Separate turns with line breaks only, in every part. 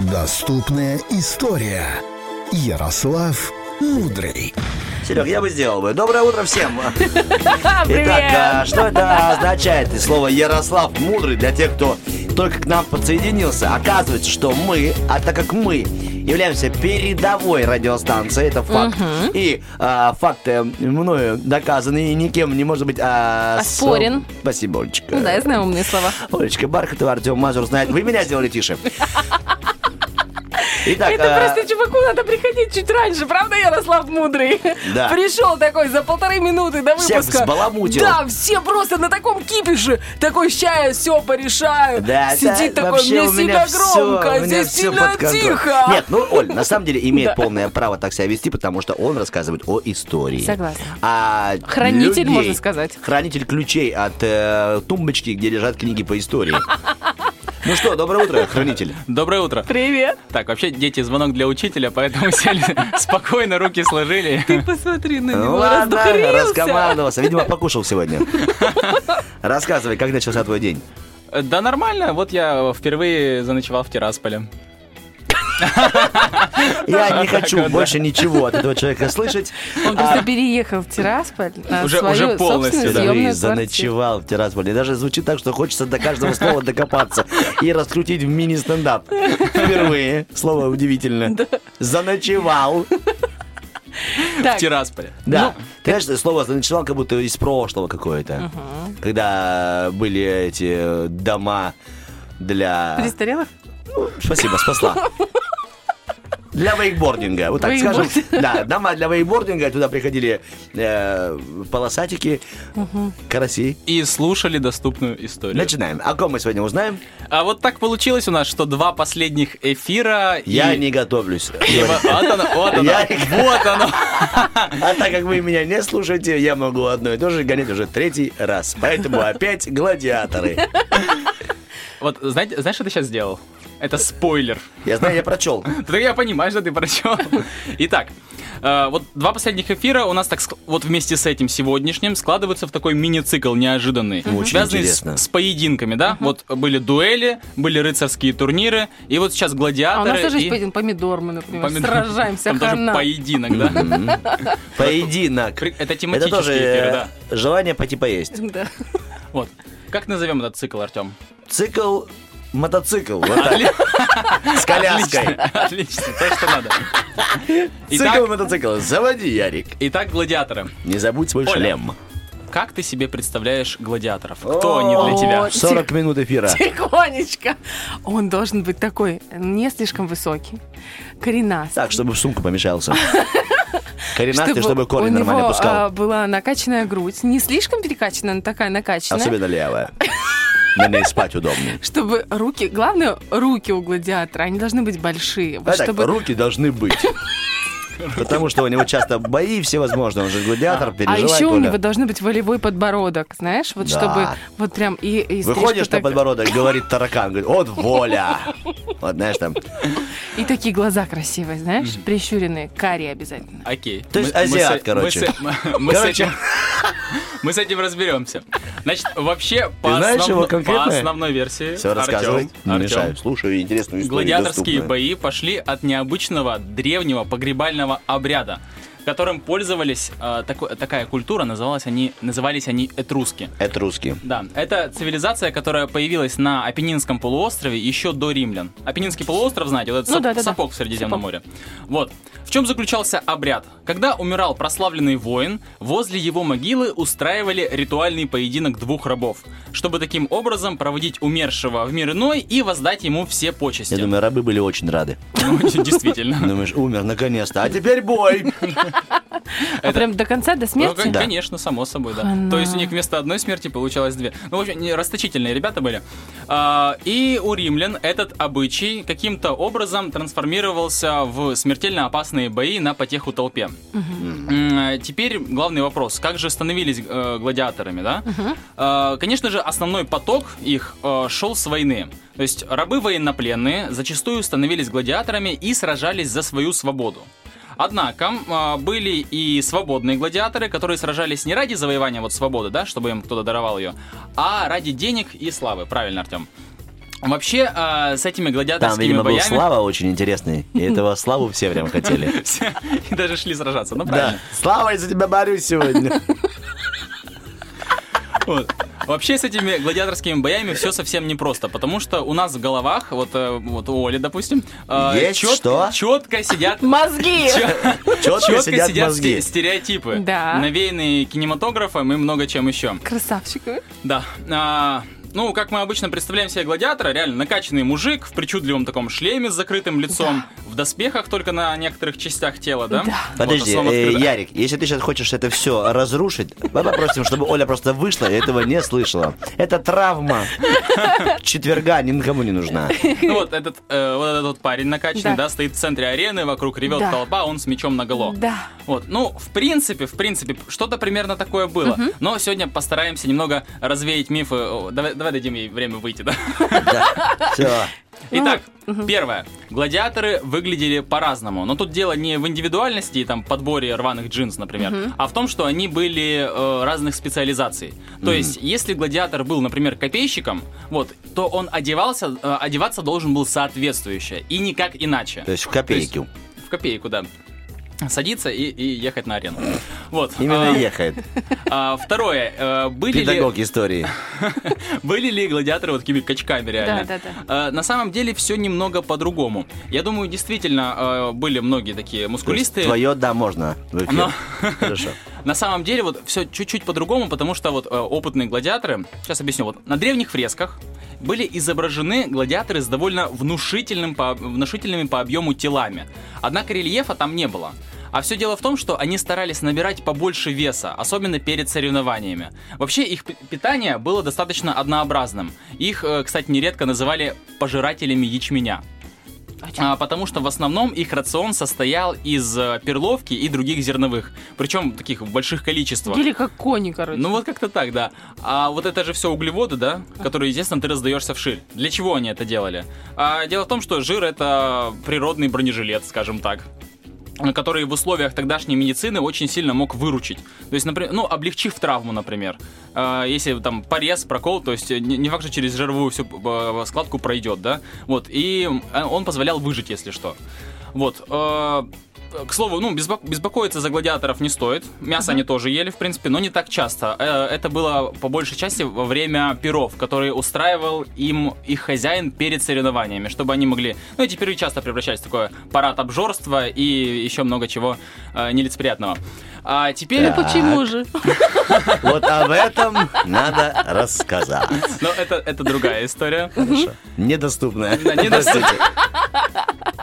Доступная история. Ярослав Мудрый.
Серег, я бы сделал бы. Доброе утро всем. Итак, а,
Привет!
что это означает? И слово Ярослав мудрый для тех, кто только к нам подсоединился. Оказывается, что мы, а так как мы являемся передовой радиостанцией, это факт. И а, факт э, мною доказан и никем не может быть а,
Оспорен.
со- Спасибо, Олечка.
Ну Да, я знаю умные слова.
Олечка Бархатова, Артем Мазур знает. Вы меня сделали тише. Итак,
Это
а,
просто чуваку надо приходить чуть раньше, правда, Ярослав Мудрый?
Да.
Пришел такой за полторы минуты до
Всех
выпуска.
взбаламутил.
Да, все просто на таком кипише. Такой сейчас все порешаю.
Да,
Сидит
да,
такой,
вообще
мне
у
сильно
меня всё,
громко, а
у меня
здесь
всё
сильно
под контролем.
тихо.
Нет, ну, Оль, на самом деле имеет
Да.
полное право так себя вести, потому что он рассказывает о истории.
Согласна.
А
Хранитель, можно сказать.
Хранитель ключей от э, тумбочки, где лежат книги по истории. Ну что, доброе утро, хранитель.
Доброе утро.
Привет.
Так, вообще дети звонок для учителя, поэтому сели спокойно, руки сложили.
Ты посмотри на
Ну
него,
ладно,
раздухарился.
раскомандовался. Видимо, покушал сегодня. Рассказывай, как начался твой день.
Да нормально, вот я впервые заночевал в Тирасполе.
Я не
Так вот,
хочу
да.
больше ничего от этого человека слышать.
Он просто переехал в Тирасполь на
Уже-
свою
уже полностью,
собственную
да.
съемную
Впервые
квартиру.
заночевал в Тирасполе. Даже звучит так, что хочется до каждого слова докопаться и раскрутить в мини-стендап. Впервые. Слово удивительно. Заночевал.
Так,
В Тирасполе.
Да. Ты знаешь, слово заночевал как будто из прошлого какое-то. Когда были эти э, дома для...
Престарелых?
Спасибо, спасла. Для вейкбординга, вот так
Вейкборд.
скажем. Да, дома для вейкбординга, туда приходили э, полосатики, караси.
И слушали доступную историю.
Начинаем. О ком мы сегодня узнаем?
А вот так получилось у нас, что два последних эфира... и-
Я не готовлюсь.
и во- Вот оно, вот оно,
Я не-
вот оно.
А так как вы меня не слушаете, я могу одно и то же гонять уже третий раз. Поэтому опять гладиаторы.
Вот, знаете, знаешь, что ты сейчас сделал? Это спойлер.
Я знаю, я прочел.
Да я понимаю, что ты прочел. Итак, э, вот два последних эфира у нас так ск- вот вместе с этим сегодняшним складываются в такой мини-цикл неожиданный,
Очень
связанный с,
интересно.
с поединками, да? Вот были дуэли, были рыцарские турниры, и вот сейчас
А у
гладиаторы.
нас тоже
и
есть поединок помидор, мы, например,
помидор.
сражаемся,
Там тоже
хана.
поединок, да?
Поединок.
При- Это
Это
тематические
тоже
эфиры,
э,
да.
желание пойти поесть.
Да.
Вот. Как назовем этот цикл, Артем?
Цикл мотоцикл. Вот так, с коляской.
Отлично, то, что надо.
Цикл
Итак,
мотоцикл. Заводи, Ярик.
итак, гладиаторы.
Не забудь свой
Оля.
шлем.
Как ты себе представляешь гладиаторов? Кто они для тебя?
О,
40 минут эфира.
Тихонечко. Он должен быть такой, не слишком высокий, коренастый.
Так, чтобы в сумку помешался. Коренастый, чтобы
у
корень нормально
него, а,
пускал.
была накачанная грудь, не слишком перекачанная, но такая накачанная.
Особенно левая. На ней спать удобнее.
Чтобы руки, главное, руки у гладиатора, они должны быть большие. Вот
Давай так,
чтобы...
руки должны быть. Потому что у него часто бои всевозможные, он же гладиатор,
А
переживает
еще у
много.
него должен быть волевой подбородок, знаешь, вот
Да.
чтобы вот прям и, и стрижка
Выходишь на
так-
подбородок, говорит таракан, говорит, вот воля. Вот знаешь там.
и такие глаза красивые, знаешь, прищуренные, карие обязательно.
Окей.
То есть
Мы- мы с-
азиат,
мы с-
короче.
мы- Мы с
Короче.
этим... Мы с этим разберемся. Значит, вообще, по,
знаешь
основно-
его
по
конкретное?
основной версии...
Все
Артём,
рассказывай, не
Артём,
мешай. Слушаю интересную историю.
Гладиаторские
доступную.
бои пошли от необычного древнего погребального обряда, которым пользовались э, тако- такая культура, называлась они, назывались они этруски.
Это русские.
Да, это цивилизация, которая появилась на Апеннинском полуострове еще до римлян. Апеннинский полуостров, знаете, вот этот
Ну
соп-
да, да, да.
сапог в Средиземном
Сапог.
море. Вот. В чем заключался обряд? Когда умирал прославленный воин, возле его могилы устраивали ритуальный поединок двух рабов, чтобы таким образом проводить умершего в мир иной и воздать ему все почести.
Я думаю, рабы были очень рады.
Ну, действительно.
Думаешь, умер наконец-то, а теперь бой.
А прям до конца, до
Ну,
смерти?
кон- конечно, само собой, да.
Хана.
То есть у них вместо одной смерти получалось две. Ну, в общем, не- расточительные ребята были. А, и у римлян этот обычай каким-то образом трансформировался в смертельно опасные бои на потеху толпе. М, э, Теперь главный вопрос. Как же становились э, гладиаторами, да? Э, Конечно же, основной поток их э, шел с войны. То есть рабы военнопленные зачастую становились гладиаторами и сражались за свою свободу. Однако э, были и свободные гладиаторы, которые сражались не ради завоевания вот свободы, да, чтобы им кто-то даровал ее, а ради денег и славы. Правильно, Артем. Вообще, а, с этими гладиаторскими
Там, видимо, был
боями...
Слава очень интересный. И этого Славу все прям хотели.
Все, и даже шли сражаться. Ну,
Да.
правильно.
Слава, я за тебя борюсь сегодня.
Вот. Вообще с этими гладиаторскими боями все совсем непросто, потому что у нас в головах, вот, э, вот у Оли, допустим,
Есть что?
четко сидят
Мозги!
Четко
Четко
сидят мозги.
сте- стереотипы,
Да.
навеянные кинематографом и много чем еще.
Красавчиками.
Да. А, ну, как мы обычно представляем себе гладиатора, реально накачанный мужик в причудливом таком шлеме с закрытым лицом, в доспехах только на некоторых частях тела, да?
Да.
Вот,
Подожди,
основном
э,
открыто.
Ярик, если ты сейчас хочешь это все разрушить, мы попросим, чтобы Оля просто вышла и этого не слышала. Это травма. Четверга ни- никому не нужна.
Ну, вот этот, э, вот этот вот парень накачанный, да.
Да.
стоит в центре арены, вокруг ревет
Да.
толпа, он с мечом наголо.
Да.
Вот, ну, в принципе, в принципе, что-то примерно такое было. Но сегодня постараемся немного развеять мифы. О, Давай, давай дадим ей время выйти, да?
Все.
Итак, первое. Гладиаторы выглядели по-разному. Но тут дело не в индивидуальности и там подборе рваных джинс, например, а в том, что они были э, разных специализаций. То есть, если гладиатор был, например, копейщиком, вот, то он одевался, э, одеваться должен был соответствующе и никак иначе.
То есть в копейку.
В копейку, да. Садиться и, и ехать на арену. Вот.
Именно
А,
ехает.
а, второе. э, были ли-
Педагог истории.
были ли гладиаторы вот такими качками реально?
Да, да,
Э, На самом деле все немного по-другому. Я думаю, действительно э, были многие такие мускулистые.
Твое, да, можно. в эфир.
Но-
Хорошо.
На самом деле вот все чуть-чуть по-другому, потому что вот э, опытные гладиаторы, сейчас объясню, вот на древних фресках были изображены гладиаторы с довольно внушительным по, внушительными по объему телами. Однако рельефа там не было. А все дело в том, что они старались набирать побольше веса, особенно перед соревнованиями. Вообще их п- питание было достаточно однообразным. Их, э, кстати, нередко называли пожирателями ячменя. А, потому что в основном их рацион состоял из э, перловки и других зерновых. Причем таких в больших количествах.
Или как кони, короче.
Ну вот как-то так, да. А вот это же все углеводы, да, которые, естественно, ты раздаешься вширь. Для чего они это делали? А, дело в том, что жир это природный бронежилет, скажем так э, который в условиях тогдашней медицины очень сильно мог выручить. То есть, например, ну, облегчив травму, например. Э, Если там порез, прокол, то есть э, не не факт, что через жировую всю э, складку пройдет, да? Вот, и э, он позволял выжить, если что. Вот. э, К слову, ну, безбо- беспокоиться за гладиаторов не стоит. Мясо они тоже ели, в принципе, но не так часто. Э, Это было по большей части во время перов, которые устраивал им их хозяин перед соревнованиями, чтобы они могли... Ну, эти пиры часто превращались в такое парад обжорства и еще много чего э, нелицеприятного. А теперь...
Ну почему же?
Вот об этом надо рассказать.
Но это, это другая история.
Хорошо. Недоступная.
Да, недоступная.
Простите.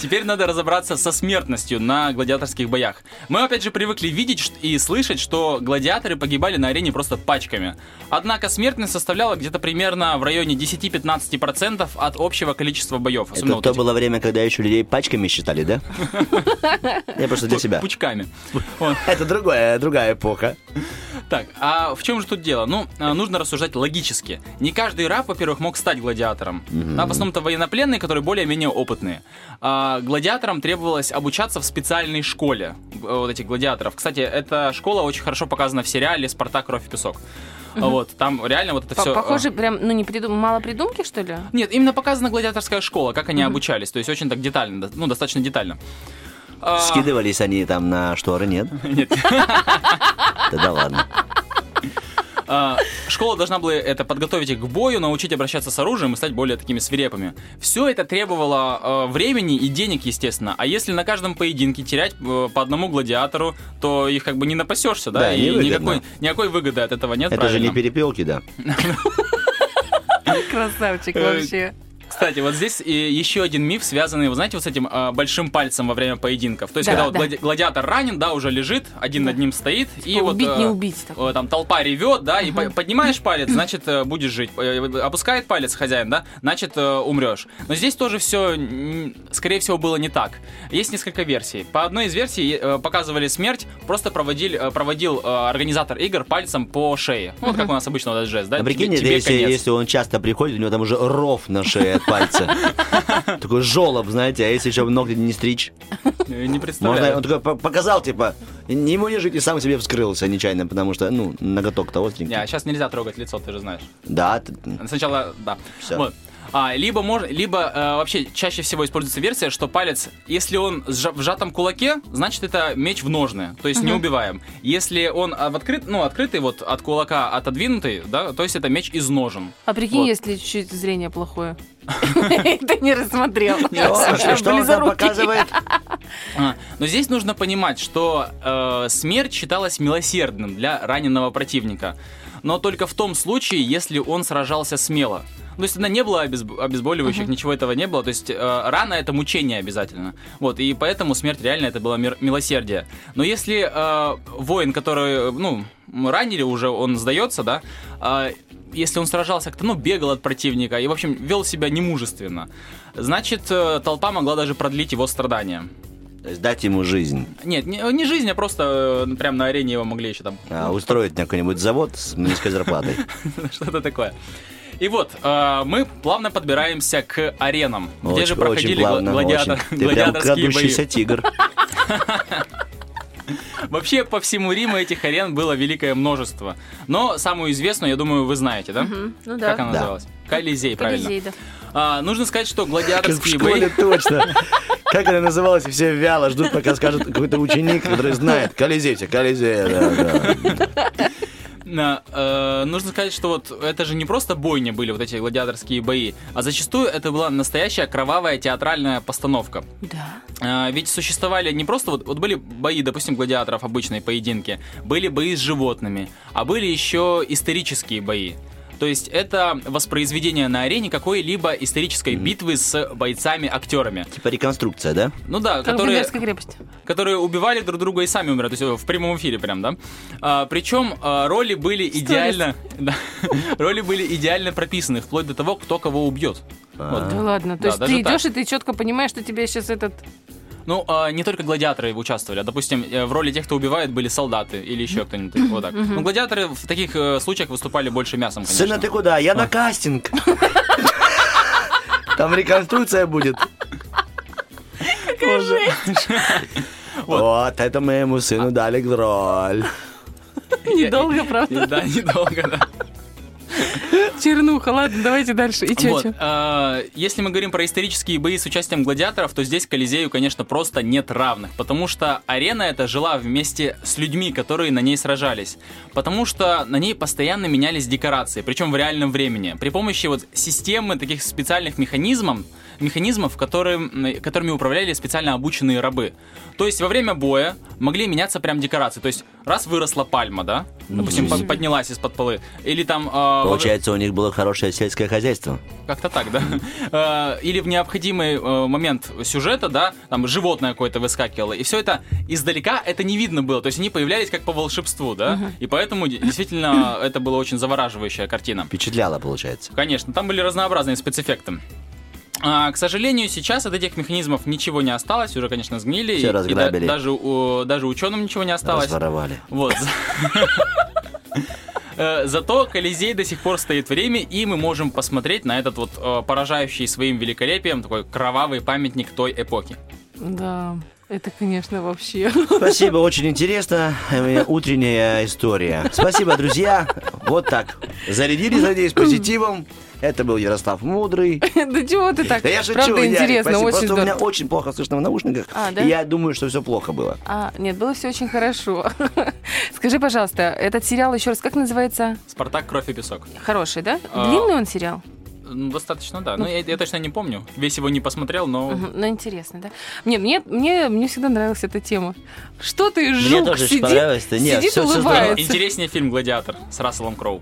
Теперь надо разобраться со смертностью на гладиаторских боях. Мы опять же привыкли видеть ш- и слышать, что гладиаторы погибали на арене просто пачками. Однако смертность составляла где-то примерно в районе 10-15% от общего количества боев.
Это
вот
то
этих
было время, когда еще людей пачками считали, да? Я просто для себя.
пучками. Вот.
Это другая, другая эпоха.
Так, а в чем же тут дело? Ну, э, нужно рассуждать логически. Не каждый раб, во-первых, мог стать гладиатором. Да, в основном-то военнопленные, которые более-менее опытные. А, гладиаторам требовалось обучаться в специальной школе э, вот этих гладиаторов. Кстати, эта школа очень хорошо показана в сериале «Спартак. Кровь и песок». Вот, там реально вот это
По-
все...
Похоже, прям, ну не придум... мало придумки, что ли?
Нет, именно показана гладиаторская школа, как они обучались. То есть очень так детально, до- ну, достаточно детально. А,
Скидывались они там на шторы, нет?
Нет.
Тогда ладно.
А, Школа должна была это подготовить их к бою, научить обращаться с оружием и стать более такими свирепыми. Все это требовало э, времени и денег, естественно. А если на каждом поединке терять э, по одному гладиатору, то их как бы не напасешься, да?
Да,
и
невыгодно.
никакой, никакой выгоды от этого нет.
Это же не
правильно.
перепелки, да?
Красавчик
Э,
вообще.
Кстати, вот здесь э, еще один миф, связанный, вы знаете, вот с этим э, большим пальцем во время поединков. То есть,
Да,
когда вот
да.
глади- гладиатор ранен, да, уже лежит, один над ним стоит, и
Типа
вот
убить,
э,
не убить такое.
э, там толпа ревет, да, и по- поднимаешь палец, значит э, будешь жить. Э, Опускает палец хозяин, да, значит э, умрешь. Но здесь тоже все, скорее всего, было не так. Есть несколько версий. По одной из версий э, показывали смерть, просто проводили, э, проводил э, организатор игр пальцем по шее. Ну, вот как у нас обычно вот этот жест, да?
А прикинь,
тебе,
это
тебе
если,
конец.
если он часто приходит, у него там уже ров на шее от пальца. Такой жолоб, знаете, а если еще ногти не стричь?
э, не представляю.
Можно, он такой по- показал, типа, не ему не жить, и сам себе вскрылся нечаянно, потому что, ну, ноготок-то остренький.
Не, сейчас нельзя трогать лицо, ты же знаешь.
Да, ты-
Сначала, да.
Всё.
Вот. А, либо можно, либо э, вообще чаще всего используется версия, что палец, если он сжа- в сжатом кулаке, значит это меч в ножны, то есть не убиваем. Если он а, в открыт, ну открытый вот от кулака отодвинутый, да, то есть это меч из ножен.
А прикинь,
Вот.
если чуть-чуть зрение плохое. Ты не рассмотрел.
О, ну, что- что он там
Близорукий.
показывает?
А, но здесь нужно понимать, что э, смерть считалась милосердным для раненого противника, но только в том случае, если он сражался смело. То есть, она не было обезб- обезболивающих, ничего этого не было. То есть, э, рана это мучение обязательно. Вот, и поэтому смерть реально это было мир- милосердие. Но если э, воин, который, э, ну, м, ранили уже, он сдается, да, а, если он сражался как-то, ну, бегал от противника и, в общем, вел себя немужественно, значит, э, толпа могла даже продлить его страдания.
То есть дать ему жизнь.
Нет, не, не жизнь, а просто э, прям на арене его могли еще там
А, устроить на какой-нибудь завод с низкой зарплатой.
что-то такое. И вот, э, мы плавно подбираемся к аренам, где
Очень-
же
очень
проходили гла-
плавно,
гладиатор-
очень. Ты прям
гладиаторские бои.
крадущийся тигр.
Вообще, по всему Риму этих арен было великое множество. Но самую известную, я думаю, вы знаете, да?
Ну
Как
да.
она
Да.
называлась? Колизей, правильно.
Колизей, да.
А, нужно сказать, что
Как в
гладиаторские бои...
школе, точно. Как она называлась, и все вяло ждут, пока скажет какой-то ученик, который знает. Колизей, все, Колизей, да, да.
На, э, нужно сказать, что вот это же не просто бойни были, вот эти гладиаторские бои, а зачастую это была настоящая кровавая театральная постановка.
Да.
Э, ведь существовали не просто вот, вот были бои, допустим, гладиаторов обычные поединки, были бои с животными, а были еще исторические бои. То есть это воспроизведение на арене какой-либо исторической битвы с бойцами-актерами.
Типа реконструкция, да?
Ну да,
Как
которые
Бендерская крепость.
которые убивали друг друга и сами умирали, то есть в прямом эфире прям, да. А, причем а, роли были идеально, да, роли были идеально прописаны вплоть до того, кто кого убьет.
А.
Вот.
Да ладно, то
Да,
есть
даже
ты
так.
идешь, и ты четко понимаешь, что тебе сейчас этот...
Ну, а, не только гладиаторы участвовали, а, допустим, э, в роли тех, кто убивает, были солдаты или еще кто-нибудь. Вот так. Ну, гладиаторы в таких э, случаях выступали больше мясом, конечно.
Сына, ты куда? Я на кастинг. А. Там реконструкция будет. Боже. Вот, это моему сыну дали роль.
Недолго, правда.
Да, недолго, да.
Чернуха, ладно, давайте дальше. И чё,
Вот,
чё?
э, если мы говорим про исторические бои с участием гладиаторов, то здесь Колизею, конечно, просто нет равных, потому что арена эта жила вместе с людьми, которые на ней сражались, потому что на ней постоянно менялись декорации, причем в реальном времени, при помощи вот системы таких специальных механизмов, механизмов, которым, м, которыми управляли специально обученные рабы. То есть во время боя могли меняться прям декорации, то есть раз выросла пальма, да, допустим, по- поднялась из-под полы, или там... э, во-
Получается, у них было хорошее сельское хозяйство.
как-то так, да. Э, Или в необходимый э, момент сюжета, да, там животное какое-то выскакивало. И все это издалека это не видно было. То есть они появлялись как по волшебству, да. И поэтому де- действительно это была очень завораживающая картина.
Впечатляло, получается.
Конечно, там были разнообразные спецэффекты. А, к сожалению, сейчас от этих механизмов ничего не осталось, уже, конечно, сгнили.
Всё
и- и да-
разграбили.
даже, у- даже ученым ничего не осталось.
Разворовали.
Вот. Э, Зато Колизей до сих пор стоит в Риме, и мы можем посмотреть на этот вот э, поражающий своим великолепием такой кровавый памятник той эпохи.
Да, это, конечно, вообще.
Спасибо, очень интересно. Э, Утренняя история. Спасибо, друзья. Вот так. Зарядились, надеюсь, позитивом. Это был Ярослав Мудрый.
Да чего ты так?
Да я шучу,
Правда,
Ярик,
интересно,
спасибо.
очень
Просто у меня
здорово.
очень плохо слышно в наушниках.
А, да?
И я думаю, что все плохо было.
А, нет, было все очень хорошо. Скажи, пожалуйста, этот сериал еще раз как называется?
Спартак, кровь и песок.
Хороший, да?
А.
Длинный он сериал?
Ну, достаточно, да. Ну, я, я точно не помню. Весь его не посмотрел, но...
Мгм, Ну, интересно, да? Нет, мне, мне, мне всегда нравилась эта тема. Что ты, жук,
тоже
сидит,
понравилось-то. Нет,
сидит,
всё- всё
Но
улыбается.
Интереснее фильм «Гладиатор» с Расселом Кроу.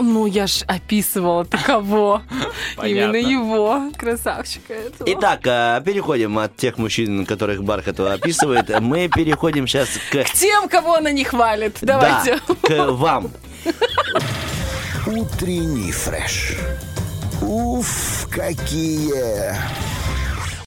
ну, я ж описывала ты кого. Именно
Понятно.
его, красавчика этого.
Итак, э, переходим от тех мужчин, которых Бархатова описывает. Мы переходим сейчас к...
Тем, кого она не хвалит. Давайте.
Да, к вам.
Утренний фреш. Уф, какие!